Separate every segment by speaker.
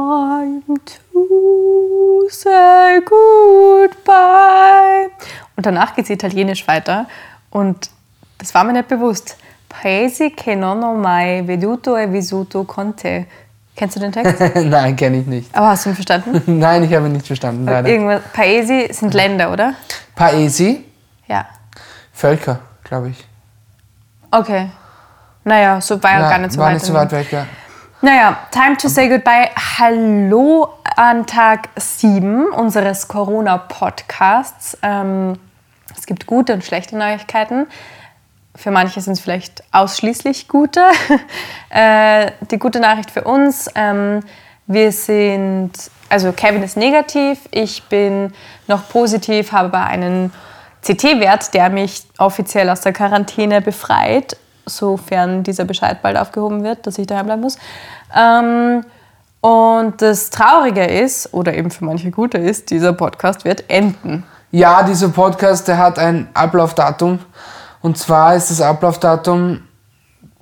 Speaker 1: time to say goodbye. Und danach geht es italienisch weiter. Und das war mir nicht bewusst. Paesi che non ho mai veduto e vissuto con te. Kennst du den Text?
Speaker 2: Nein, kenne ich nicht.
Speaker 1: Aber hast du ihn verstanden?
Speaker 2: Nein, ich habe ihn nicht verstanden, leider.
Speaker 1: Irgendwas. Paesi sind Länder, oder?
Speaker 2: Paesi,
Speaker 1: Ja.
Speaker 2: Völker, glaube ich.
Speaker 1: Okay. Naja, so war ja gar nicht so
Speaker 2: war
Speaker 1: weit.
Speaker 2: nicht so weit weg, ja.
Speaker 1: Naja, time to say goodbye. Hallo an Tag 7 unseres Corona-Podcasts. Ähm, es gibt gute und schlechte Neuigkeiten. Für manche sind es vielleicht ausschließlich gute. äh, die gute Nachricht für uns, ähm, wir sind, also Kevin ist negativ, ich bin noch positiv, habe aber einen CT-Wert, der mich offiziell aus der Quarantäne befreit, sofern dieser Bescheid bald aufgehoben wird, dass ich daheim bleiben muss. Ähm, und das Traurige ist, oder eben für manche Gute ist, dieser Podcast wird enden.
Speaker 2: Ja, dieser Podcast, der hat ein Ablaufdatum. Und zwar ist das Ablaufdatum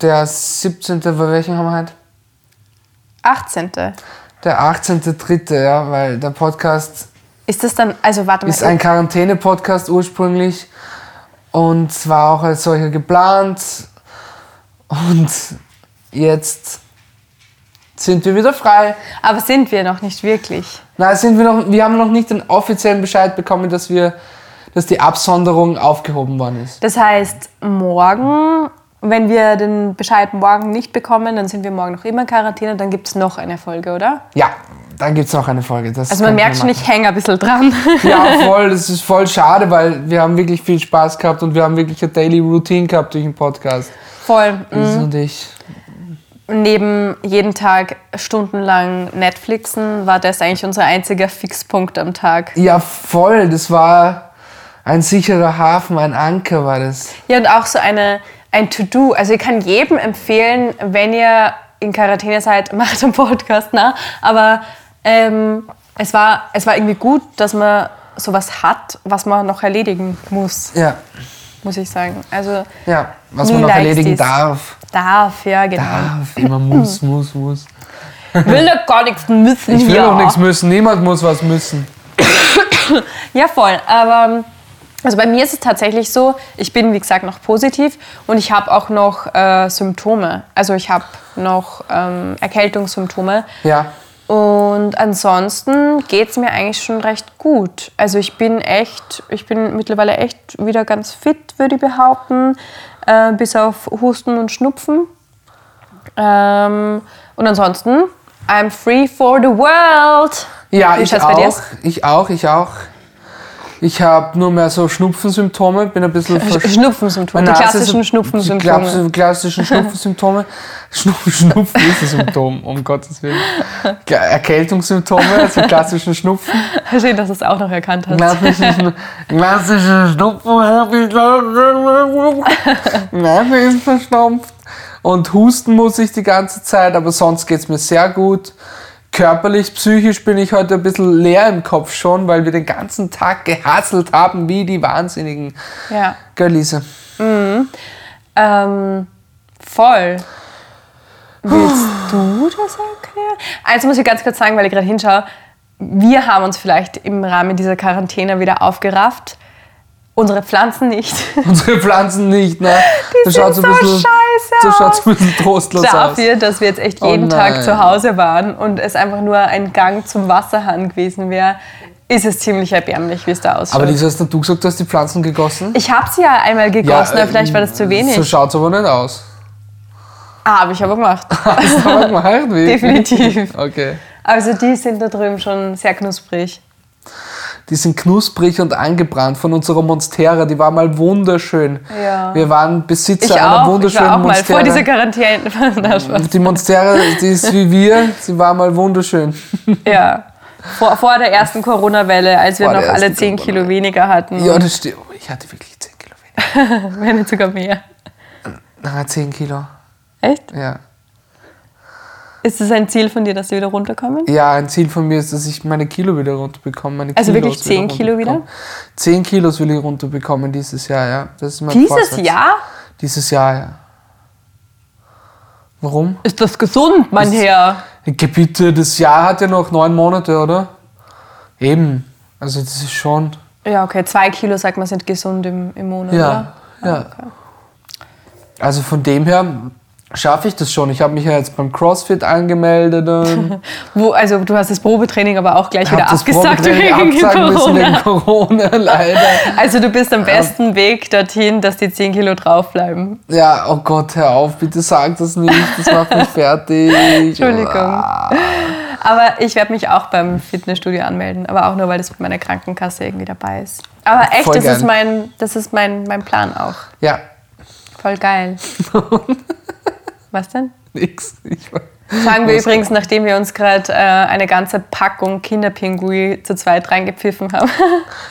Speaker 2: der 17. Bei welchen haben wir heute?
Speaker 1: 18.
Speaker 2: Der 18.3., ja, weil der Podcast
Speaker 1: Ist das dann, also warte mal,
Speaker 2: ist ein Quarantäne-Podcast ursprünglich und war auch als solcher geplant. Und jetzt sind wir wieder frei.
Speaker 1: aber sind wir noch nicht wirklich?
Speaker 2: Na, sind wir noch, wir haben noch nicht den offiziellen Bescheid bekommen, dass wir, dass die Absonderung aufgehoben worden ist.
Speaker 1: Das heißt, morgen, wenn wir den Bescheid morgen nicht bekommen, dann sind wir morgen noch immer in Quarantäne, dann gibt es noch eine Folge, oder?
Speaker 2: Ja, dann gibt es noch eine Folge. Das
Speaker 1: Also man
Speaker 2: könnte
Speaker 1: merkt schon,
Speaker 2: machen.
Speaker 1: ich hänge ein bisschen dran.
Speaker 2: Ja, voll, das ist voll schade, weil wir haben wirklich viel Spaß gehabt und wir haben wirklich eine Daily Routine gehabt durch den Podcast.
Speaker 1: Voll. Mhm.
Speaker 2: Das und ich.
Speaker 1: Neben jeden Tag stundenlang Netflixen war das eigentlich unser einziger Fixpunkt am Tag.
Speaker 2: Ja, voll, das war ein sicherer Hafen, ein Anker war das.
Speaker 1: Ja, und auch so eine, ein To-Do. Also ich kann jedem empfehlen, wenn ihr in Quarantäne seid, macht einen Podcast nach. Aber ähm, es, war, es war irgendwie gut, dass man sowas hat, was man noch erledigen muss,
Speaker 2: Ja,
Speaker 1: muss ich sagen. Also
Speaker 2: ja, was
Speaker 1: Nie
Speaker 2: man noch
Speaker 1: likes
Speaker 2: erledigen
Speaker 1: dies.
Speaker 2: darf.
Speaker 1: darf, ja, genau.
Speaker 2: Darf, immer muss, muss, muss.
Speaker 1: Will doch gar nichts müssen.
Speaker 2: Ich will
Speaker 1: ja.
Speaker 2: auch nichts müssen, niemand muss was müssen.
Speaker 1: Ja, voll. Aber also bei mir ist es tatsächlich so, ich bin, wie gesagt, noch positiv und ich habe auch noch äh, Symptome. Also ich habe noch ähm, Erkältungssymptome.
Speaker 2: Ja,
Speaker 1: Und ansonsten geht es mir eigentlich schon recht gut. Also ich bin echt, ich bin mittlerweile echt wieder ganz fit, würde ich behaupten, äh, bis auf Husten und Schnupfen. Ähm, und ansonsten, I'm free for the world.
Speaker 2: ja
Speaker 1: Wie
Speaker 2: ich,
Speaker 1: schaut's bei dir
Speaker 2: auch, ich auch, ich auch. Ich habe nur mehr so Schnupfensymptome, bin ein bisschen versch-
Speaker 1: Schnupfensymptome, die
Speaker 2: Nase
Speaker 1: klassischen
Speaker 2: ist- Die
Speaker 1: Schnupfensymptome.
Speaker 2: klassischen- klassischen Schnupfensymptome. Schnupfen, Schnupfen ist ein Symptom, um Gottes Willen. Ge- Erkältungssymptome, also klassischen Schnupfen.
Speaker 1: Schön, dass du es auch noch erkannt hast.
Speaker 2: Klassischen, klassischen Schnupfen habe ich noch. Nase ist verstopft. Und husten muss ich die ganze Zeit, aber sonst geht es mir sehr gut. Körperlich, psychisch bin ich heute ein bisschen leer im Kopf schon, weil wir den ganzen Tag gehasselt haben wie die Wahnsinnigen.
Speaker 1: Ja.
Speaker 2: Gell, Lisa?
Speaker 1: Ähm, voll. Willst du das erklären? Eins muss ich ganz kurz sagen, weil ich gerade hinschaue. Wir haben uns vielleicht im Rahmen dieser Quarantäne wieder aufgerafft. Unsere Pflanzen nicht.
Speaker 2: Unsere Pflanzen nicht, ne?
Speaker 1: sind so scheiße
Speaker 2: Das schaut
Speaker 1: aus.
Speaker 2: so ein bisschen trostlos aus. Oh
Speaker 1: Dafür, dass wir jetzt echt jeden Tag
Speaker 2: nein.
Speaker 1: zu Hause waren und es einfach nur ein Gang zum Wasserhahn gewesen wäre, ist es ziemlich erbärmlich, wie es da ausschaut.
Speaker 2: Aber Lisa, hast denn du gesagt, du hast die Pflanzen gegossen?
Speaker 1: ich habe sie ja einmal gegossen,
Speaker 2: äh,
Speaker 1: aber vielleicht war das zu wenig.
Speaker 2: So schaut's aber nicht aus.
Speaker 1: ah, habe ich aber gemacht.
Speaker 2: Hast du aber gemacht, wie?
Speaker 1: Definitiv.
Speaker 2: Okay.
Speaker 1: Also die sind da drüben schon sehr knusprig.
Speaker 2: Die sind knusprig und angebrannt von unserer Monstera. Die war mal wunderschön.
Speaker 1: Ja.
Speaker 2: Wir waren
Speaker 1: Ich
Speaker 2: Besitzer einer
Speaker 1: auch, ich
Speaker 2: wunderschönen
Speaker 1: war auch mal
Speaker 2: Monstera.
Speaker 1: vor dieser Quarantäne. Na, Spaß.
Speaker 2: die Monstera, die ist wie wir, sie war mal wunderschön.
Speaker 1: Mhm. ja. Vor, vor der ersten Corona-Welle, als wir
Speaker 2: Mhm. Vor der
Speaker 1: noch alle
Speaker 2: ersten
Speaker 1: 10 Kilo weniger hatten.
Speaker 2: Ja, das stimmt. Oh, Ich hatte wirklich 10 Kilo weniger.
Speaker 1: Wenn nicht sogar mehr.
Speaker 2: Na, 10 Kilo.
Speaker 1: Echt?
Speaker 2: Ja.
Speaker 1: Ist es ein Ziel von dir, dass wir wieder runterkommen?
Speaker 2: Ja, ein Ziel von mir ist, dass ich meine Kilo wieder runterbekomme. Meine
Speaker 1: Also
Speaker 2: Kilos
Speaker 1: wirklich 10 Kilo
Speaker 2: runterbekomme. 10 Kilos will ich runterbekommen dieses Jahr, ja. Das ist mein
Speaker 1: Dieses
Speaker 2: Vorsatz.
Speaker 1: Jahr?
Speaker 2: Dieses Jahr, ja. Warum?
Speaker 1: Ist das gesund, mein
Speaker 2: Ist-
Speaker 1: Herr?
Speaker 2: Okay, bitte, das Jahr hat ja noch neun Monate, oder? Eben. Also das ist schon.
Speaker 1: Ja, okay, zwei Kilo, sagt man, sind gesund im, im Monat,
Speaker 2: Ja. ja.
Speaker 1: Ah,
Speaker 2: Also von dem her schaffe ich das schon. Ich habe mich ja jetzt beim CrossFit angemeldet. ähm,
Speaker 1: oder? Wo, also du hast das Probetraining aber auch gleich wieder
Speaker 2: hab
Speaker 1: abgesagt
Speaker 2: Probetraining
Speaker 1: wegen
Speaker 2: absagen müssen
Speaker 1: Corona.
Speaker 2: wegen Corona, leider.
Speaker 1: Also du bist am besten Weg dorthin, dass die 10 Kilo draufbleiben.
Speaker 2: Ja, oh Gott, hör auf, bitte sag das nicht. Das macht mich fertig. Ah.
Speaker 1: Entschuldigung. Aber ich werde mich auch beim Fitnessstudio anmelden, aber auch nur, weil das mit meiner Krankenkasse irgendwie dabei ist. Aber echt,
Speaker 2: Voll
Speaker 1: das
Speaker 2: geil.
Speaker 1: ist, mein, das ist mein, mein Plan auch.
Speaker 2: Ja,
Speaker 1: Voll geil. Was denn?
Speaker 2: nix. Ich weiß.
Speaker 1: Sagen wir übrigens, nachdem wir uns gerade äh, eine ganze Packung Kinderpingui zu zweit reingepfiffen haben.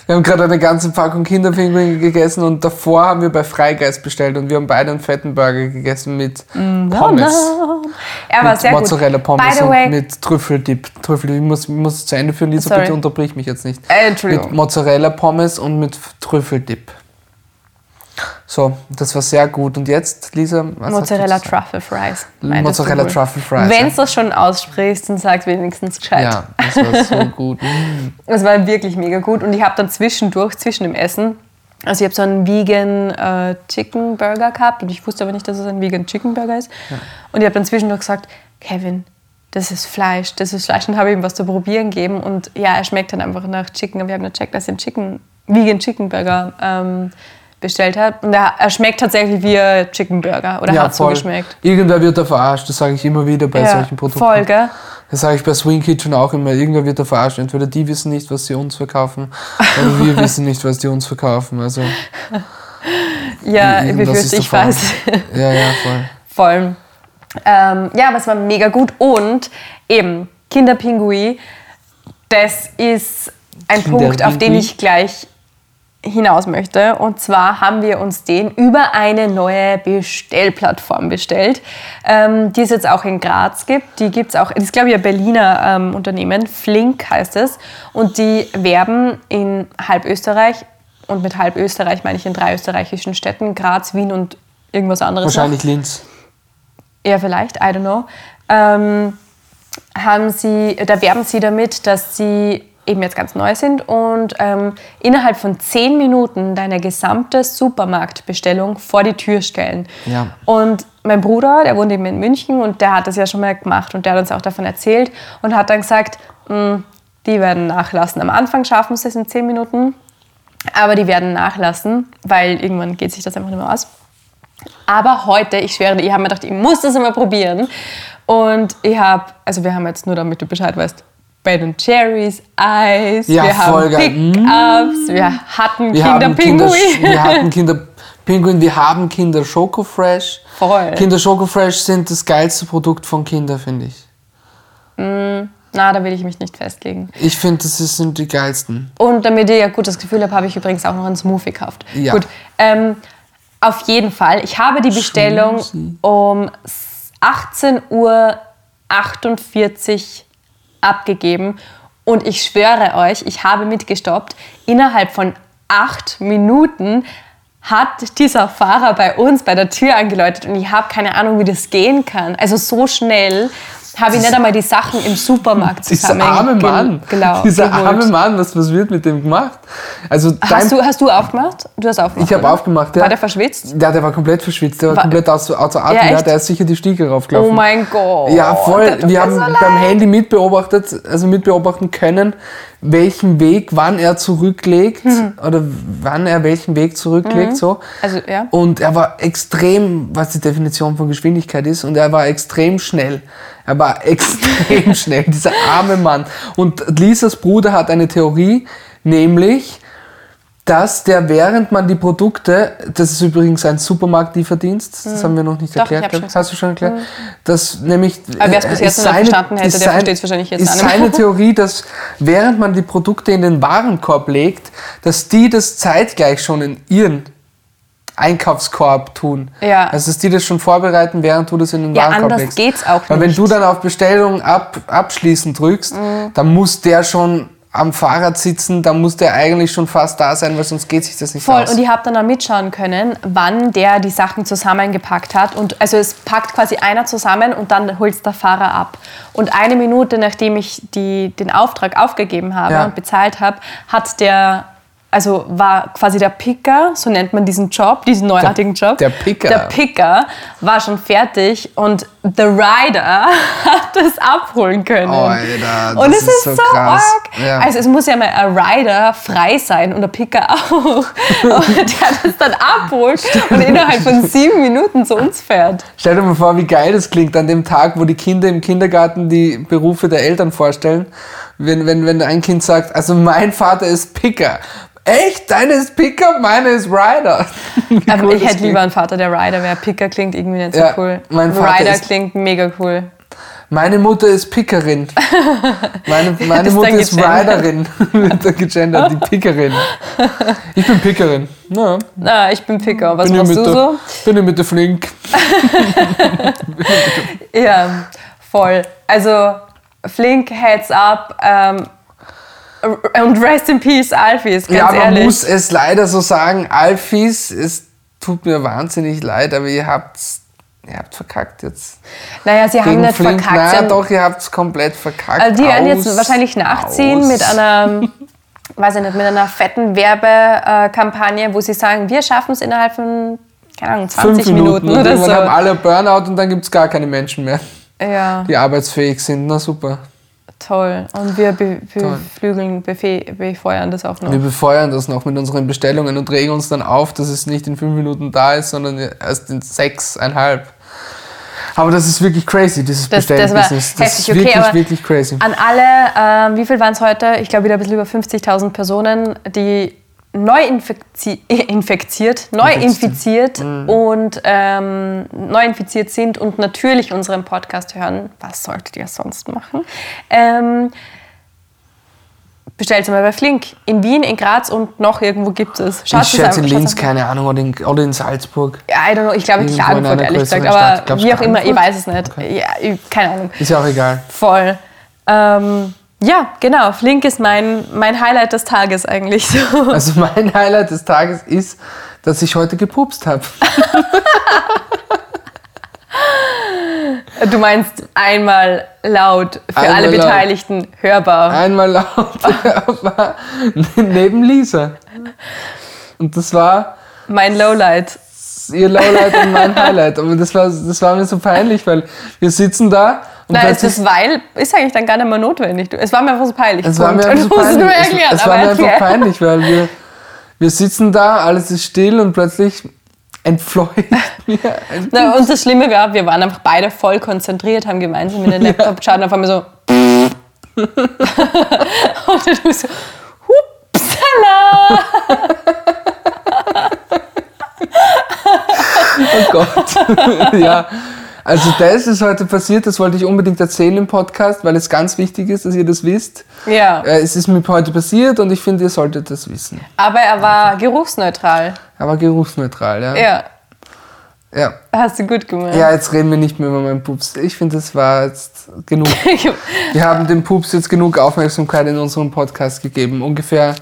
Speaker 2: Wir haben gerade eine ganze Packung Kinderpinguine gegessen und davor haben wir bei Freigeist bestellt und wir haben beide einen fetten Burger gegessen mit Pommes.
Speaker 1: Oh Er Mm, war
Speaker 2: Mit
Speaker 1: sehr
Speaker 2: Mozzarella
Speaker 1: gut. By
Speaker 2: Pommes
Speaker 1: the
Speaker 2: und
Speaker 1: way,
Speaker 2: mit Trüffeldip. Trüffel, ich muss, ich muss es zu Ende führen, Lisa,
Speaker 1: Sorry.
Speaker 2: bitte unterbrich mich jetzt nicht.
Speaker 1: Äh, Entschuldigung.
Speaker 2: Mit Mozzarella Pommes und mit Trüffeldip. So, das war sehr gut. Und jetzt, Lisa, was hast du
Speaker 1: Mozzarella
Speaker 2: zu sagen?
Speaker 1: Truffle Fries. meintest du
Speaker 2: Mozzarella
Speaker 1: wohl.
Speaker 2: Truffle Fries,
Speaker 1: Wenn
Speaker 2: ja.
Speaker 1: du das schon aussprichst, dann sag wenigstens gescheit.
Speaker 2: Ja, das war so gut. Mm.
Speaker 1: Es war wirklich mega gut und ich habe dann zwischendurch, zwischen dem Essen, also ich habe so einen Vegan äh, Chicken Burger gehabt und ich wusste aber nicht, dass es ein Vegan Chicken Burger ist. Und ich habe dann zwischendurch gesagt, Kevin, das ist Fleisch, das ist Fleisch und habe ihm was zu probieren gegeben und ja, er schmeckt dann einfach nach Chicken, aber ich habe nicht gecheckt, dass ich einen Chicken, Vegan Chicken Burger ähm, bestellt habe. Und er, er schmeckt tatsächlich wie ein Chicken Burger oder hat so geschmeckt.
Speaker 2: Irgendwer wird da verarscht, das sage ich immer wieder bei solchen Produkten.
Speaker 1: voll, gell?
Speaker 2: Das sage ich bei Swing Kitchen auch immer. Irgendwer wird da verarscht. Entweder die wissen nicht, was sie uns verkaufen, oder wir wissen nicht, was die uns verkaufen. Also,
Speaker 1: Ja, ich
Speaker 2: irgendwas ist
Speaker 1: befürchte, ich
Speaker 2: davon.
Speaker 1: weiß.
Speaker 2: ja, ja, voll.
Speaker 1: Voll. Ähm, ja, aber es war mega gut. Und eben, Kinderpingui, das ist ein
Speaker 2: Kinderpingui.
Speaker 1: Punkt, auf den ich gleich hinaus möchte. Und zwar haben wir uns den über eine neue Bestellplattform bestellt, ähm, die es jetzt auch in Graz gibt. Die gibt's auch, das ist glaube ich ein Berliner ähm, Unternehmen, Flink heißt es. Und die werben in halb Österreich und mit halb Österreich meine ich in drei österreichischen Städten, Graz, Wien und irgendwas anderes. noch.
Speaker 2: Wahrscheinlich Linz.
Speaker 1: Ja, vielleicht, I don't know. Ähm, haben sie, da werben sie damit, dass sie eben jetzt ganz neu sind und ähm, innerhalb von 10 Minuten deine gesamte Supermarktbestellung vor die Tür stellen.
Speaker 2: Ja.
Speaker 1: Und mein Bruder, der wohnt eben in München und der hat das ja schon mal gemacht und der hat uns auch davon erzählt und hat dann gesagt, "Mm, die werden nachlassen. Am Anfang schaffen sie es in 10 Minuten, aber die werden nachlassen, weil irgendwann geht sich das einfach nicht mehr aus. Aber heute, ich schwöre, dir, ich habe mir gedacht, ich muss das einmal probieren. Und ich habe, also wir haben jetzt nur, damit du Bescheid weißt, Ben Jerry's, Eis,
Speaker 2: Ja,
Speaker 1: wir haben
Speaker 2: voll geil.
Speaker 1: Pickups, wir hatten
Speaker 2: Wir haben Kinder,
Speaker 1: Kinderpinguin.
Speaker 2: wir hatten Kinder Pinguin, wir haben Kinder Schoko Fresh.
Speaker 1: Voll.
Speaker 2: Kinder Schoko Fresh sind das geilste Produkt von Kinder, finde ich.
Speaker 1: Na, da will ich mich nicht festlegen.
Speaker 2: Ich finde, das ist- sind die geilsten.
Speaker 1: Und damit ihr ja gut das Gefühl habt, habe ich übrigens auch noch einen Smoothie gekauft.
Speaker 2: Ja.
Speaker 1: Gut, ähm, auf jeden Fall. Ich habe die Bestellung um 18.48 Uhr abgegeben. Und ich schwöre euch, ich habe mitgestoppt. Innerhalb von acht Minuten hat dieser Fahrer bei uns bei der Tür angeläutet und ich habe keine Ahnung, wie das gehen kann. Also so schnell habe ich nicht einmal die Sachen im Supermarkt
Speaker 2: Dieser
Speaker 1: zusammen.
Speaker 2: arme Mann.
Speaker 1: Genau.
Speaker 2: Dieser
Speaker 1: geholt.
Speaker 2: arme Mann, was, was wird mit dem gemacht? Also dein
Speaker 1: Hast du, hast du aufgemacht? Du hast aufgemacht.
Speaker 2: Ich habe
Speaker 1: oder?
Speaker 2: aufgemacht, ja.
Speaker 1: War der verschwitzt?
Speaker 2: Ja, der war komplett verschwitzt, der war,
Speaker 1: War-
Speaker 2: komplett aus, außer Atem,
Speaker 1: Ja,
Speaker 2: ja,
Speaker 1: echt?
Speaker 2: der ist sicher die Stiege raufgelaufen.
Speaker 1: Oh mein Gott.
Speaker 2: Ja, voll.
Speaker 1: Das Oh, tut
Speaker 2: Wir
Speaker 1: mir
Speaker 2: haben
Speaker 1: so leid.
Speaker 2: beim Handy mitbeobachtet, also mitbeobachten können, welchen Weg, wann er zurücklegt oder wann er welchen Weg zurücklegt, so.
Speaker 1: Hm. Also, ja.
Speaker 2: Und er war extrem, was die Definition von Geschwindigkeit ist, und er war extrem schnell. Er war extrem schnell, dieser arme Mann. Und Lisas Bruder hat eine Theorie, nämlich, dass der, während man die Produkte, das ist übrigens ein Supermarktlieferdienst, das haben wir noch nicht
Speaker 1: Mhm. Doch, ich
Speaker 2: erklärt,
Speaker 1: hab's
Speaker 2: glaub ich.
Speaker 1: schon Mhm.
Speaker 2: hast du schon erklärt, dass nämlich...
Speaker 1: Aber wer's
Speaker 2: äh,
Speaker 1: bis jetzt
Speaker 2: ist
Speaker 1: noch nicht
Speaker 2: seine-
Speaker 1: verstanden hätte,
Speaker 2: ist
Speaker 1: der
Speaker 2: sein-
Speaker 1: versteht's wahrscheinlich jetzt
Speaker 2: Ist
Speaker 1: auch nicht mehr.
Speaker 2: seine Theorie, dass während man die Produkte in den Warenkorb legt, dass die das zeitgleich schon in ihren Einkaufskorb tun.
Speaker 1: Ja.
Speaker 2: Also dass die das schon vorbereiten, während du das in den
Speaker 1: Ja,
Speaker 2: Warenkorb
Speaker 1: anders
Speaker 2: legst.
Speaker 1: geht's auch
Speaker 2: Weil wenn
Speaker 1: nicht. Mhm.
Speaker 2: du dann auf Bestellung ab, abschließen drückst, dann muss der schon am Fahrrad sitzen, da muss der eigentlich schon fast da sein, weil sonst geht sich das nicht
Speaker 1: Voll,
Speaker 2: aus.
Speaker 1: und ich habe dann auch mitschauen können, wann der die Sachen zusammengepackt hat. Und also es packt quasi einer zusammen und dann holt der Fahrer ab. Und eine Minute, nachdem ich die, den Auftrag aufgegeben habe
Speaker 2: Ja.
Speaker 1: und bezahlt habe, hat der, also war quasi der Picker, so nennt man diesen Job, diesen neuartigen Job.
Speaker 2: der Picker.
Speaker 1: Der Picker war schon fertig und The Rider hat es abholen können.
Speaker 2: Oh, Alter,
Speaker 1: und
Speaker 2: das
Speaker 1: es
Speaker 2: ist
Speaker 1: ist
Speaker 2: so
Speaker 1: so,
Speaker 2: krass.
Speaker 1: arg.
Speaker 2: Ja.
Speaker 1: Also es muss ja mal ein Rider frei sein und der Picker auch. Und der das dann abholt und innerhalb von sieben Minuten zu uns fährt.
Speaker 2: Stell dir mal vor, wie geil das klingt an dem Tag, wo die Kinder im Kindergarten die Berufe der Eltern vorstellen. Wenn, wenn, wenn ein Kind sagt, also mein Vater ist Picker. Echt? Deine ist Picker, meine ist Rider. Wie
Speaker 1: Aber
Speaker 2: cool
Speaker 1: ich
Speaker 2: das
Speaker 1: hätte
Speaker 2: klingt.
Speaker 1: lieber einen Vater, der Rider wäre. Picker klingt irgendwie nicht so
Speaker 2: Ja,
Speaker 1: cool.
Speaker 2: mein Vater
Speaker 1: Rider
Speaker 2: ist-
Speaker 1: klingt mega cool.
Speaker 2: Meine Mutter ist Pickerin. Meine, meine
Speaker 1: ist
Speaker 2: Mutter
Speaker 1: dann
Speaker 2: ist
Speaker 1: gegendert.
Speaker 2: Riderin. Wird dann gegendert, die Pickerin. Ich bin Pickerin. Ja,
Speaker 1: Na, ich bin Picker. Was
Speaker 2: bin, ich
Speaker 1: machst
Speaker 2: mit
Speaker 1: du
Speaker 2: der,
Speaker 1: so?
Speaker 2: bin ich mit der Flink.
Speaker 1: Ja, voll. Also flink, heads up. Ähm, und rest in peace, Alfis, ganz
Speaker 2: ja, man
Speaker 1: ehrlich.
Speaker 2: muss es leider so sagen. Alfis, es tut mir wahnsinnig leid, aber ihr habt's, ihr habt verkackt jetzt.
Speaker 1: naja, sie haben
Speaker 2: Gegen
Speaker 1: nicht
Speaker 2: Flink.
Speaker 1: verkackt. sie
Speaker 2: Naja,
Speaker 1: haben-
Speaker 2: doch, ihr habt's komplett verkackt.
Speaker 1: Also die werden jetzt
Speaker 2: Aus,
Speaker 1: wahrscheinlich nachziehen
Speaker 2: aus.
Speaker 1: mit einer, weiß ich nicht, mit einer fetten Werbekampagne, wo sie sagen, wir schaffen es innerhalb von, keine Ahnung, 20
Speaker 2: Fünf Minuten,
Speaker 1: Minuten, oder
Speaker 2: irgendwann haben
Speaker 1: so.
Speaker 2: alle Burnout und dann gibt's gar keine Menschen mehr,
Speaker 1: Ja,
Speaker 2: die arbeitsfähig sind. Na super.
Speaker 1: toll. Und wir be
Speaker 2: Toll.
Speaker 1: beflügeln, befe befeuern das auch noch.
Speaker 2: Wir befeuern das noch mit unseren Bestellungen und regen uns dann auf, dass es nicht in fünf Minuten da ist, sondern erst in sechseinhalb. Aber das ist wirklich crazy, dieses
Speaker 1: Das- das war
Speaker 2: Bestellbusiness. Das
Speaker 1: heftig,
Speaker 2: ist
Speaker 1: okay,
Speaker 2: wirklich,
Speaker 1: aber- Ah,
Speaker 2: wirklich crazy.
Speaker 1: An alle, ähm, wie viel waren es heute? Ich glaube wieder ein bisschen über 50.000 Personen, die neu infizi äh, infektiert, neu infiziert
Speaker 2: Mhm.
Speaker 1: und ähm, neu infiziert sind und natürlich unseren Podcast hören. Was solltet ihr sonst machen? Ähm, Bestellt mal bei Flink. In Wien, in Graz und noch irgendwo gibt es.
Speaker 2: Ich schätze in
Speaker 1: schaut's
Speaker 2: Linz,
Speaker 1: einfach-
Speaker 2: keine Ahnung, oder in, oder in Salzburg.
Speaker 1: Ja, I don't know. Ich glaube,
Speaker 2: Irgendwo in
Speaker 1: Klagenfurt,
Speaker 2: einer
Speaker 1: ehrlich
Speaker 2: größeren
Speaker 1: gesagt.
Speaker 2: Stadt.
Speaker 1: Aber
Speaker 2: Glaubst
Speaker 1: wie
Speaker 2: du
Speaker 1: auch immer, ich
Speaker 2: Frankfurt?
Speaker 1: weiß es nicht. Ja, ich, keine Ahnung.
Speaker 2: Ist ja auch egal.
Speaker 1: Voll. Ähm, ja, genau. Flink ist mein, mein Highlight des Tages eigentlich. So.
Speaker 2: Also mein Highlight des Tages ist, dass ich heute gepupst habe.
Speaker 1: Du meinst einmal laut für
Speaker 2: Einmal
Speaker 1: alle
Speaker 2: laut. Ah.
Speaker 1: Beteiligten hörbar.
Speaker 2: Einmal laut aber neben Lisa. Und das war
Speaker 1: Mein Lowlight.
Speaker 2: ihr Lowlight und mein Highlight. Aber das war, das war mir so peinlich, weil wir sitzen da und
Speaker 1: Na, ist
Speaker 2: plötzlich
Speaker 1: das weil, ist eigentlich dann gar nicht mehr notwendig. Du- Es war mir einfach so peinlich.
Speaker 2: Es war mir
Speaker 1: Punkt.
Speaker 2: einfach
Speaker 1: du musst es
Speaker 2: so peinlich.
Speaker 1: nur erklären.
Speaker 2: es, es
Speaker 1: aber
Speaker 2: war mir
Speaker 1: erklär.
Speaker 2: einfach peinlich, weil wir, wir sitzen da, alles ist still und plötzlich entfleucht mir ein
Speaker 1: Na, und das Schlimme war, wir waren einfach beide voll konzentriert, haben gemeinsam in den Laptop geschaut und auf einmal so. und dann du so. Hupsala!
Speaker 2: Oh Gott. ja. Also das ist heute passiert, das wollte ich unbedingt erzählen im Podcast, weil es ganz wichtig ist, dass ihr das wisst.
Speaker 1: Ja.
Speaker 2: Äh, Es ist mir heute passiert und ich finde, ihr solltet das wissen.
Speaker 1: Aber er war geruchsneutral.
Speaker 2: Aber geruchsneutral, ja?
Speaker 1: Ja,
Speaker 2: Ja,
Speaker 1: hast du gut gemacht.
Speaker 2: ja jetzt reden wir nicht mehr über meinen Pups. Ich finde, das war jetzt genug. Wir haben dem Pups jetzt genug Aufmerksamkeit in unserem Podcast gegeben. Ungefähr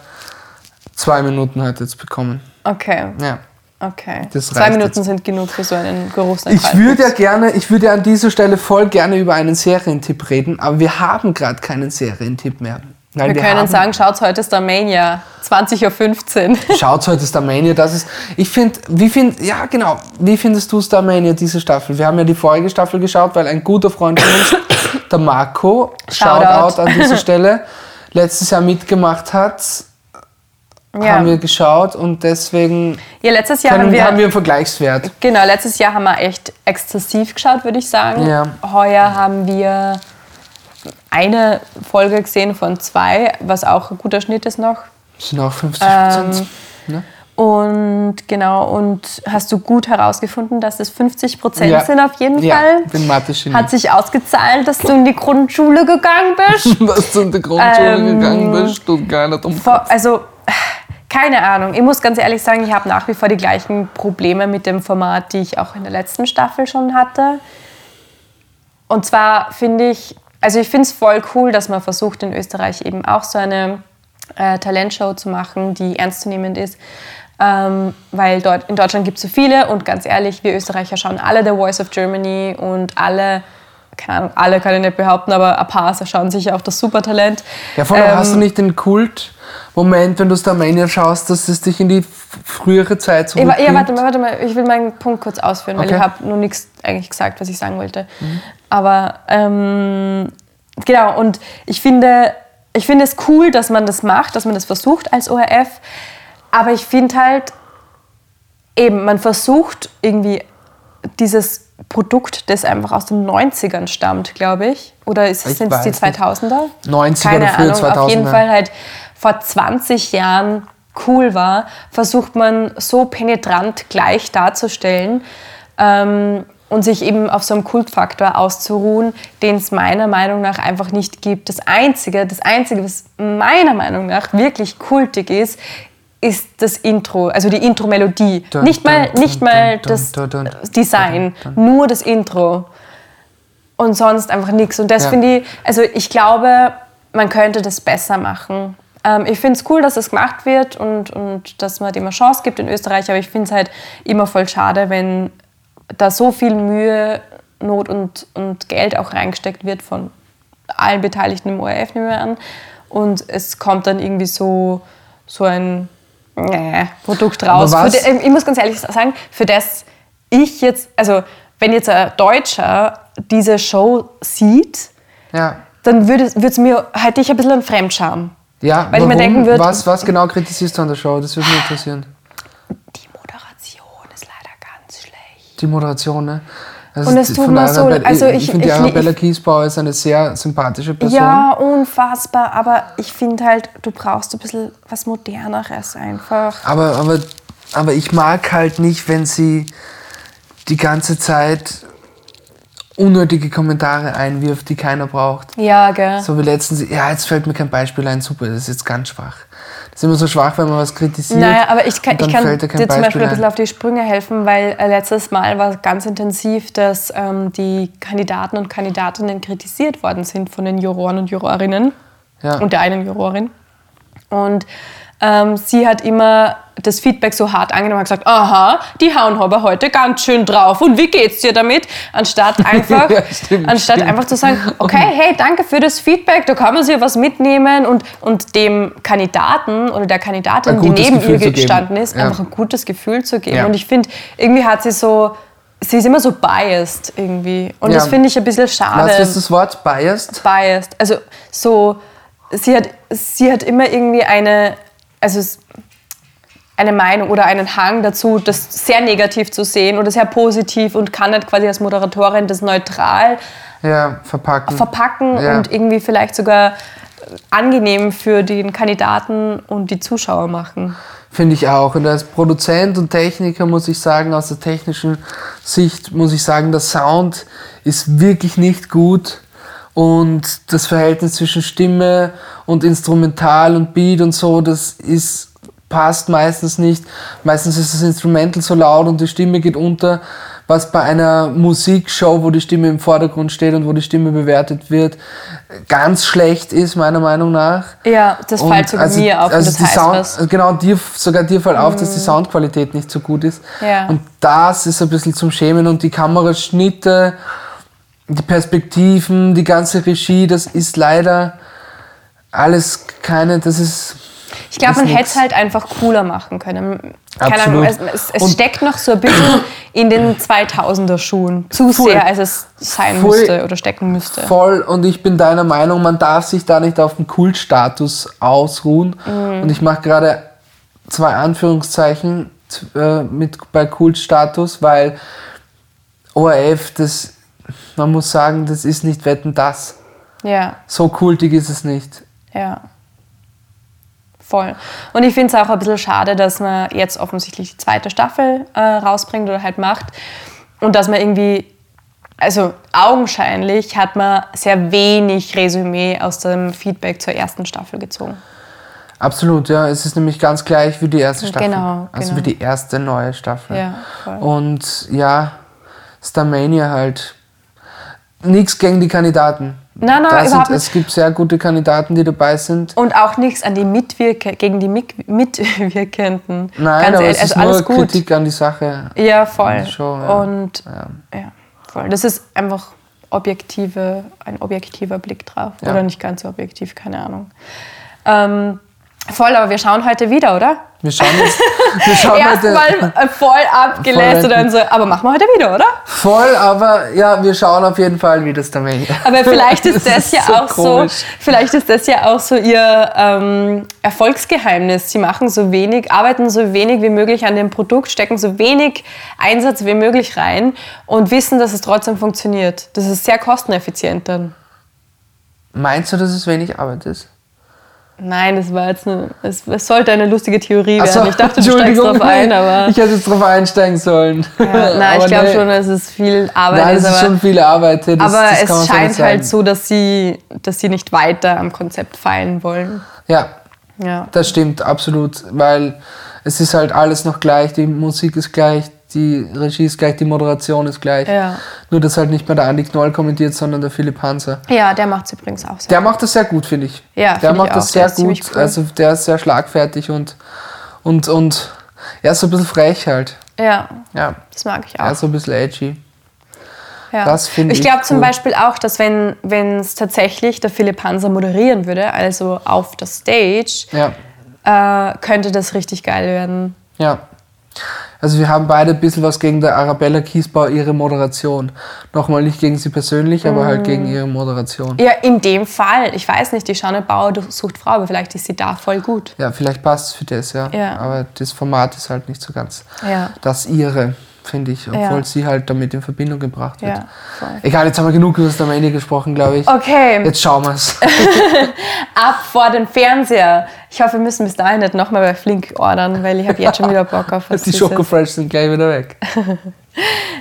Speaker 2: zwei Minuten hat er jetzt bekommen.
Speaker 1: okay,
Speaker 2: Ja.
Speaker 1: okay.
Speaker 2: Das
Speaker 1: Zwei
Speaker 2: reicht
Speaker 1: Minuten
Speaker 2: jetzt.
Speaker 1: sind genug für so einen geruchsneutralen.
Speaker 2: Ich würde ja gerne, ich würde ja an dieser Stelle voll gerne über einen Serientipp reden, aber wir haben gerade keinen Serientipp mehr. Weil
Speaker 1: wir
Speaker 2: haben-
Speaker 1: können sagen, schaut heute Starmania, 20.15 Uhr.
Speaker 2: Schaut heute Starmania, das ist. Ich finde, wie find, ja genau, wie findest du Starmania diese Staffel? Wir haben ja die vorige Staffel geschaut, weil ein guter Freund von uns, der Marco,
Speaker 1: Shoutout.
Speaker 2: Shoutout an dieser Stelle, letztes Jahr mitgemacht hat,
Speaker 1: Ja.
Speaker 2: haben wir geschaut und deswegen
Speaker 1: ja, letztes Jahr
Speaker 2: können,
Speaker 1: haben wir,
Speaker 2: haben wir einen Vergleichswert.
Speaker 1: Genau, letztes Jahr haben wir echt exzessiv geschaut, würde ich sagen.
Speaker 2: Ja.
Speaker 1: Heuer haben wir eine Folge gesehen von zwei, was auch ein guter Schnitt ist noch.
Speaker 2: Das sind auch ne? 50
Speaker 1: Ähm,
Speaker 2: Prozent.
Speaker 1: Und genau, und hast du gut herausgefunden, dass es 50 Prozent sind auf jeden
Speaker 2: ja,
Speaker 1: Fall.
Speaker 2: Ich bin Mathe-Genie.
Speaker 1: Hat sich ausgezahlt, dass du in die Grundschule gegangen bist?
Speaker 2: dass du in die Grundschule
Speaker 1: Ähm,
Speaker 2: gegangen bist und gar nicht um.
Speaker 1: Vor, also, keine Ahnung. Ich muss ganz ehrlich sagen, ich habe nach wie vor die gleichen Probleme mit dem Format, die ich auch in der letzten Staffel schon hatte. Und zwar finde ich, also ich finde es voll cool, dass man versucht, in Österreich eben auch so eine äh, Talentshow zu machen, die ernstzunehmend ist. Ähm, weil dort, in Deutschland gibt es so viele und ganz ehrlich, wir Österreicher schauen alle The Voice of Germany und alle, keine Ahnung, alle kann ich nicht behaupten, aber ein paar schauen sicher auch das Supertalent.
Speaker 2: Ja, vor allem
Speaker 1: Ähm,
Speaker 2: hast du nicht den Kult-Moment, wenn du es da am Ende schaust, dass es dich in die frühere Zeit
Speaker 1: Ich,
Speaker 2: zurückbringt?
Speaker 1: wa- ja, warte mal, warte mal, ich will meinen Punkt kurz ausführen, weil
Speaker 2: Okay. Mhm.
Speaker 1: ich habe nur nichts eigentlich gesagt, was ich sagen wollte. Aber ähm, genau, und ich finde, ich finde es cool, dass man das macht, dass man das versucht als ORF, aber ich finde halt, eben, man versucht irgendwie dieses Produkt, das einfach aus den 90ern stammt, glaube ich. Oder ist es
Speaker 2: Ich
Speaker 1: sind es die
Speaker 2: weiß nicht.
Speaker 1: 2000er?
Speaker 2: 90er
Speaker 1: Keine
Speaker 2: oder frühe
Speaker 1: Ahnung, auf jeden
Speaker 2: 2000er.
Speaker 1: Fall halt vor 20 Jahren cool war, versucht man so penetrant gleich darzustellen ähm, und sich eben auf so einem Kultfaktor auszuruhen, den es meiner Meinung nach einfach nicht gibt. Das Einzige, das Einzige, was meiner Meinung nach wirklich kultig ist, ist das Intro, also die Intro-Melodie.
Speaker 2: Dun,
Speaker 1: Nicht mal,
Speaker 2: dun,
Speaker 1: nicht
Speaker 2: dun,
Speaker 1: mal
Speaker 2: dun,
Speaker 1: das
Speaker 2: dun, dun,
Speaker 1: äh, Design, nur das Intro und sonst einfach nichts. Und das
Speaker 2: Ja.
Speaker 1: finde ich, also ich glaube, man könnte das besser machen. Ähm, ich finde es cool, dass es gemacht wird und, und dass man dem eine Chance gibt in Österreich, aber ich finde es halt immer voll schade, wenn da so viel Mühe, Not und, und Geld auch reingesteckt wird von allen Beteiligten im ORF, nehmen wir an. Und es kommt dann irgendwie so, so ein äh, Produkt raus.
Speaker 2: Aber
Speaker 1: Für
Speaker 2: was-
Speaker 1: de, äh, ich muss ganz ehrlich sagen, für das ich jetzt, also wenn jetzt ein Deutscher diese Show sieht,
Speaker 2: Ja.
Speaker 1: dann würde es mir, hätte ich ein bisschen einen Fremdscham.
Speaker 2: Ja,
Speaker 1: Weil ich mir
Speaker 2: warum?
Speaker 1: denken würd-
Speaker 2: was, was genau kritisierst du an der Show? Das würde mich interessieren.
Speaker 1: Die Moderation ist leider ganz schlecht.
Speaker 2: Die Moderation, ne? Also
Speaker 1: Und es
Speaker 2: die-
Speaker 1: tut
Speaker 2: von
Speaker 1: mir
Speaker 2: der
Speaker 1: so-
Speaker 2: Arabella-
Speaker 1: also ich-
Speaker 2: ich finde, die
Speaker 1: ich- ich-
Speaker 2: Arabella Kiesbauer ist eine sehr sympathische Person.
Speaker 1: Ja, unfassbar, aber ich finde halt, du brauchst ein bisschen was Moderneres einfach.
Speaker 2: Aber, aber, aber ich mag halt nicht, wenn sie die ganze Zeit unnötige Kommentare einwirft, die keiner braucht.
Speaker 1: Ja, gell.
Speaker 2: So wie letztens, ja, jetzt fällt mir kein Beispiel ein, super, das ist jetzt ganz schwach. Das ist immer so schwach, wenn man was kritisiert.
Speaker 1: Naja, aber ich kann,
Speaker 2: und dann
Speaker 1: ich kann
Speaker 2: fällt
Speaker 1: dir
Speaker 2: da kein
Speaker 1: zum Beispiel,
Speaker 2: Beispiel
Speaker 1: ein bisschen
Speaker 2: ein.
Speaker 1: auf die Sprünge helfen, weil äh, letztes Mal war ganz intensiv, dass ähm, die Kandidaten und Kandidatinnen kritisiert worden sind von den Juroren und Jurorinnen
Speaker 2: Ja.
Speaker 1: und der einen Jurorin. Und ähm, sie hat immer das Feedback so hart angenommen und gesagt, aha, die hauen aber heute ganz schön drauf und wie geht's dir damit? Anstatt einfach,
Speaker 2: Ja, stimmt,
Speaker 1: anstatt
Speaker 2: stimmt.
Speaker 1: einfach zu sagen, okay, hey, danke für das Feedback, da kann man sich was mitnehmen und, und dem Kandidaten oder der Kandidatin,
Speaker 2: Ein
Speaker 1: die
Speaker 2: gutes
Speaker 1: neben
Speaker 2: Gefühl zu
Speaker 1: ihr
Speaker 2: geben.
Speaker 1: gestanden ist,
Speaker 2: Ja.
Speaker 1: einfach ein gutes Gefühl zu geben.
Speaker 2: Ja.
Speaker 1: Und ich finde, irgendwie hat sie so, sie ist immer so biased irgendwie. Und
Speaker 2: Ja.
Speaker 1: das finde ich ein bisschen schade
Speaker 2: Was ist das Wort? Biased?
Speaker 1: biased. Also so, sie hat, sie hat immer irgendwie eine, also s- eine Meinung oder einen Hang dazu, das sehr negativ zu sehen oder sehr positiv und kann nicht quasi als Moderatorin das neutral
Speaker 2: Ja, verpacken.
Speaker 1: verpacken
Speaker 2: Ja.
Speaker 1: und irgendwie vielleicht sogar angenehm für den Kandidaten und die Zuschauer machen.
Speaker 2: Finde ich auch. Und als Produzent und Techniker muss ich sagen, aus der technischen Sicht muss ich sagen, der Sound ist wirklich nicht gut. Und das Verhältnis zwischen Stimme und Instrumental und Beat und so, das ist, passt meistens nicht. Meistens ist das Instrumental so laut und die Stimme geht unter. Was bei einer Musikshow, wo die Stimme im Vordergrund steht und wo die Stimme bewertet wird, ganz schlecht ist, meiner Meinung nach.
Speaker 1: Ja, das fällt sogar mir auf
Speaker 2: Also
Speaker 1: und
Speaker 2: die
Speaker 1: das heißt
Speaker 2: Sound,
Speaker 1: was. Mhm.
Speaker 2: Genau, dir, sogar dir fällt auf, dass die Soundqualität nicht so gut ist.
Speaker 1: Ja.
Speaker 2: Und das ist ein bisschen zum Schämen und die Kameraschnitte, die Perspektiven, die ganze Regie, das ist leider alles keine, das ist.
Speaker 1: Ich glaube,
Speaker 2: Ist
Speaker 1: man hätte
Speaker 2: nix.
Speaker 1: es halt einfach cooler machen können. Keine Ahnung,
Speaker 2: Absolut.
Speaker 1: es, es, es
Speaker 2: Und-
Speaker 1: steckt noch so ein bisschen in den 2000er Schuhen. Zu
Speaker 2: Voll.
Speaker 1: sehr, als es sein
Speaker 2: Voll.
Speaker 1: müsste oder stecken müsste.
Speaker 2: Voll und ich bin deiner Meinung, man darf sich da nicht auf dem Kultstatus ausruhen. Und ich mache gerade zwei Anführungszeichen t- äh, mit bei Kultstatus, weil ORF, das, man muss sagen, das ist nicht Wetten das.
Speaker 1: Ja,
Speaker 2: So kultig ist es nicht.
Speaker 1: ja. Voll. Und ich finde es auch ein bisschen schade, dass man jetzt offensichtlich die zweite Staffel äh, rausbringt oder halt macht. Und dass man irgendwie, also augenscheinlich hat man sehr wenig Resümee aus dem Feedback zur ersten Staffel gezogen.
Speaker 2: Absolut, ja. Es ist nämlich ganz gleich wie die erste Staffel.
Speaker 1: Genau,
Speaker 2: Also
Speaker 1: genau.
Speaker 2: wie die erste neue Staffel.
Speaker 1: Ja, voll.
Speaker 2: Und ja, Starmania halt. Nichts gegen die Kandidaten.
Speaker 1: Nein, nein,
Speaker 2: Da sind,
Speaker 1: überhaupt nicht.
Speaker 2: es gibt sehr gute Kandidaten, die dabei sind.
Speaker 1: Und auch nichts an die Mitwirke, gegen die Mik- Mitwirkenden.
Speaker 2: Nein,
Speaker 1: Ganz
Speaker 2: aber
Speaker 1: ehrlich,
Speaker 2: es ist
Speaker 1: also alles
Speaker 2: nur
Speaker 1: gut.
Speaker 2: Kritik an die Sache.
Speaker 1: Ja, voll.
Speaker 2: Show, ja.
Speaker 1: Und ja. voll. Das ist einfach objektive, ein objektiver Blick drauf.
Speaker 2: Ja.
Speaker 1: Oder nicht ganz so objektiv, keine Ahnung. Ähm, voll, aber wir schauen heute wieder, oder?
Speaker 2: Wir schauen jetzt wir schauen heute
Speaker 1: Erstmal äh, voll abgelässt
Speaker 2: Voll.
Speaker 1: und dann so, aber machen wir heute wieder, oder?
Speaker 2: voll, aber ja, wir schauen auf jeden Fall, wie das damit
Speaker 1: Aber vielleicht ist das,
Speaker 2: Das ist
Speaker 1: ja
Speaker 2: so
Speaker 1: auch
Speaker 2: komisch.
Speaker 1: so, vielleicht ist das ja auch so ihr ähm, Erfolgsgeheimnis. Sie machen so wenig, arbeiten so wenig wie möglich an dem Produkt, stecken so wenig Einsatz wie möglich rein und wissen, dass es trotzdem funktioniert. Das ist sehr kosteneffizient dann.
Speaker 2: Meinst du, dass es wenig Arbeit ist?
Speaker 1: Nein, das war jetzt eine, es, es sollte eine lustige Theorie werden.
Speaker 2: Ach so,
Speaker 1: ich dachte, du steigst drauf ein, aber
Speaker 2: Also, Ich hätte jetzt drauf einsteigen sollen.
Speaker 1: ja, nein, ich
Speaker 2: Aber
Speaker 1: glaube
Speaker 2: nee.
Speaker 1: schon, dass es viel Arbeit
Speaker 2: Nein, es
Speaker 1: ist.
Speaker 2: ist
Speaker 1: Aber,
Speaker 2: schon viel Arbeit. ja, Das,
Speaker 1: aber
Speaker 2: das kann man
Speaker 1: es
Speaker 2: so nicht
Speaker 1: scheint halt
Speaker 2: sagen.
Speaker 1: so, dass sie, dass sie nicht weiter am Konzept feilen wollen.
Speaker 2: Ja,
Speaker 1: Ja.
Speaker 2: das stimmt, absolut. Weil es ist halt alles noch gleich, die Musik ist gleich, die Regie ist gleich, die Moderation ist gleich.
Speaker 1: Ja.
Speaker 2: Nur, dass halt nicht mehr der Andi Knoll kommentiert, sondern der Philipp Hanser.
Speaker 1: Ja, der macht es übrigens auch sehr.
Speaker 2: Der macht das sehr gut, finde ich.
Speaker 1: Ja,
Speaker 2: der
Speaker 1: find
Speaker 2: macht
Speaker 1: ich
Speaker 2: das
Speaker 1: auch.
Speaker 2: sehr
Speaker 1: Der ist ziemlich
Speaker 2: gut.
Speaker 1: cool.
Speaker 2: Also der ist sehr schlagfertig und, und, und er ist so ein bisschen frech halt.
Speaker 1: Ja,
Speaker 2: Ja,
Speaker 1: das mag ich
Speaker 2: er
Speaker 1: auch.
Speaker 2: ist so ein bisschen edgy.
Speaker 1: ja.
Speaker 2: das find
Speaker 1: ich
Speaker 2: ich
Speaker 1: glaube zum
Speaker 2: cool.
Speaker 1: Beispiel auch, dass wenn es tatsächlich der Philipp Hanser moderieren würde, also auf der Stage,
Speaker 2: Ja,
Speaker 1: äh, könnte das richtig geil werden.
Speaker 2: ja. Also wir haben beide ein bisschen was gegen der Arabella Kiesbau, ihre Moderation. Nochmal nicht gegen sie persönlich, aber halt gegen ihre Moderation.
Speaker 1: Mm. Ja, in dem Fall. Ich weiß nicht, die Schanne Bauer sucht Frau, aber vielleicht ist sie da voll gut.
Speaker 2: Ja, vielleicht passt es für das, ja.
Speaker 1: Ja.
Speaker 2: Aber das Format ist halt nicht so ganz
Speaker 1: Ja.
Speaker 2: das ihre, finde ich. Obwohl
Speaker 1: Ja.
Speaker 2: sie halt damit in Verbindung gebracht wird.
Speaker 1: Ja, Oh. voll.
Speaker 2: Egal, jetzt haben wir genug über das Ende gesprochen, glaube ich.
Speaker 1: Okay,
Speaker 2: Jetzt schauen wir es.
Speaker 1: ab vor den Fernseher. Ich hoffe, wir müssen bis dahin nicht nochmal bei Flink ordern, weil ich habe jetzt schon wieder Bock auf was
Speaker 2: Die
Speaker 1: Süßes.
Speaker 2: Schokofresh sind gleich wieder weg.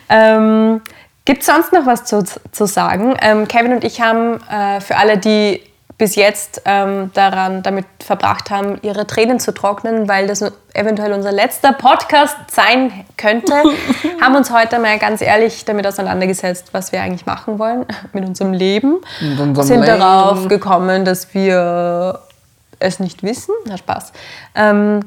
Speaker 1: Ähm, Gibt es sonst noch was zu, zu sagen? Ähm, Kevin und ich haben äh, für alle, die bis jetzt ähm, daran damit verbracht haben, ihre Tränen zu trocknen, weil das eventuell unser letzter Podcast sein könnte, haben uns heute mal ganz ehrlich damit auseinandergesetzt, was wir eigentlich machen wollen mit unserem Leben.
Speaker 2: Mit unserem
Speaker 1: Sind
Speaker 2: Leben.
Speaker 1: darauf gekommen, dass wir es nicht wissen. Na Spaß. Ähm,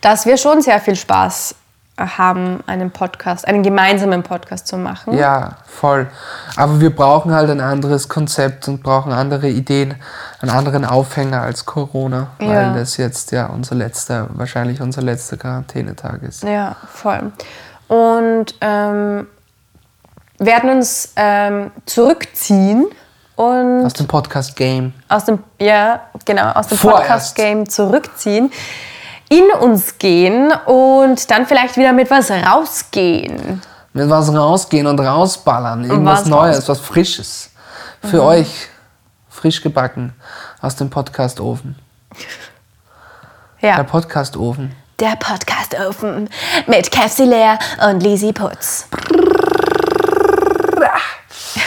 Speaker 1: dass wir schon sehr viel Spaß haben, einen Podcast, einen gemeinsamen Podcast zu machen.
Speaker 2: Ja, voll. Aber wir brauchen halt ein anderes Konzept und brauchen andere Ideen, einen anderen Aufhänger als Corona,
Speaker 1: Ja.
Speaker 2: weil das jetzt ja unser letzter, wahrscheinlich unser letzter Quarantänetag ist.
Speaker 1: Ja, voll. Und ähm, werden uns ähm, zurückziehen und
Speaker 2: Aus dem Podcast Game.
Speaker 1: aus dem, ja, genau, aus dem
Speaker 2: Vorerst.
Speaker 1: Podcast-Game zurückziehen, in uns gehen und dann vielleicht wieder mit was rausgehen.
Speaker 2: Mit was rausgehen und rausballern. Irgendwas
Speaker 1: was Mhm.
Speaker 2: Neues, was Frisches. Für euch. Frisch gebacken. Aus dem Podcast-Ofen. Der
Speaker 1: Ja,
Speaker 2: Podcast-Ofen.
Speaker 1: der Podcast Open mit Kevsi Lehr und Lisi Putz.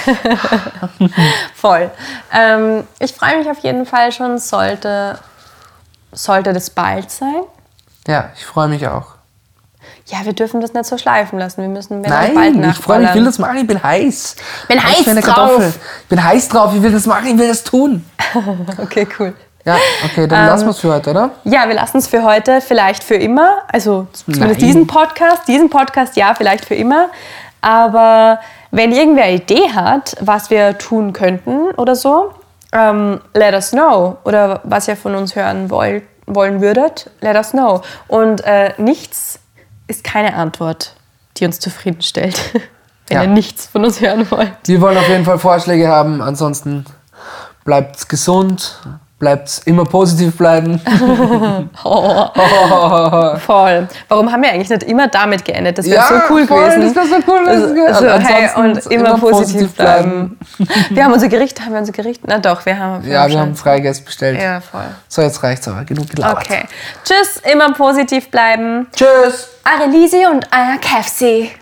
Speaker 1: Voll. Ähm, ich freue mich auf jeden Fall schon, sollte, sollte das bald sein.
Speaker 2: Ja, ich freue mich auch.
Speaker 1: Ja, wir dürfen das nicht so schleifen lassen. Wir müssen wenn dann bald
Speaker 2: Nein, ich freue mich, ich will
Speaker 1: nachballern.
Speaker 2: das machen, ich bin heiß.
Speaker 1: Bin heiß
Speaker 2: für eine
Speaker 1: drauf.
Speaker 2: Kartoffel. Ich bin heiß drauf, ich will das machen, ich will das tun.
Speaker 1: Okay, cool.
Speaker 2: Ja, okay, dann
Speaker 1: Ähm,
Speaker 2: lassen wir es für heute, oder?
Speaker 1: Ja, wir lassen es für heute vielleicht für immer. Also zumindest
Speaker 2: Nein.
Speaker 1: diesen Podcast. Diesen Podcast ja, vielleicht für immer. Aber wenn irgendwer eine Idee hat, was wir tun könnten oder so, ähm, let us know. Oder was ihr von uns hören wollt, wollen würdet, let us know. Und äh, nichts ist keine Antwort, die uns zufriedenstellt. Wenn
Speaker 2: Ja.
Speaker 1: ihr nichts von uns hören wollt.
Speaker 2: Wir wollen auf jeden Fall Vorschläge haben, ansonsten bleibt gesund, bleibt immer positiv bleiben.
Speaker 1: Oh. Voll. Warum haben wir eigentlich nicht immer damit geendet? Das wäre
Speaker 2: Ja,
Speaker 1: so cool
Speaker 2: voll,
Speaker 1: gewesen.
Speaker 2: das wär so cool
Speaker 1: Also,
Speaker 2: gewesen.
Speaker 1: so, hey,
Speaker 2: Ansonsten
Speaker 1: und immer,
Speaker 2: immer
Speaker 1: positiv,
Speaker 2: positiv
Speaker 1: bleiben. wir haben unser Gericht, haben wir unser Gericht? Na doch, wir haben.
Speaker 2: ja, wir haben Freigeist bestellt.
Speaker 1: Ja, voll.
Speaker 2: So, jetzt reicht's aber, genug gelabert.
Speaker 1: Okay. Tschüss, immer positiv bleiben.
Speaker 2: Tschüss!
Speaker 1: Eure Lisi und euer Kefsi.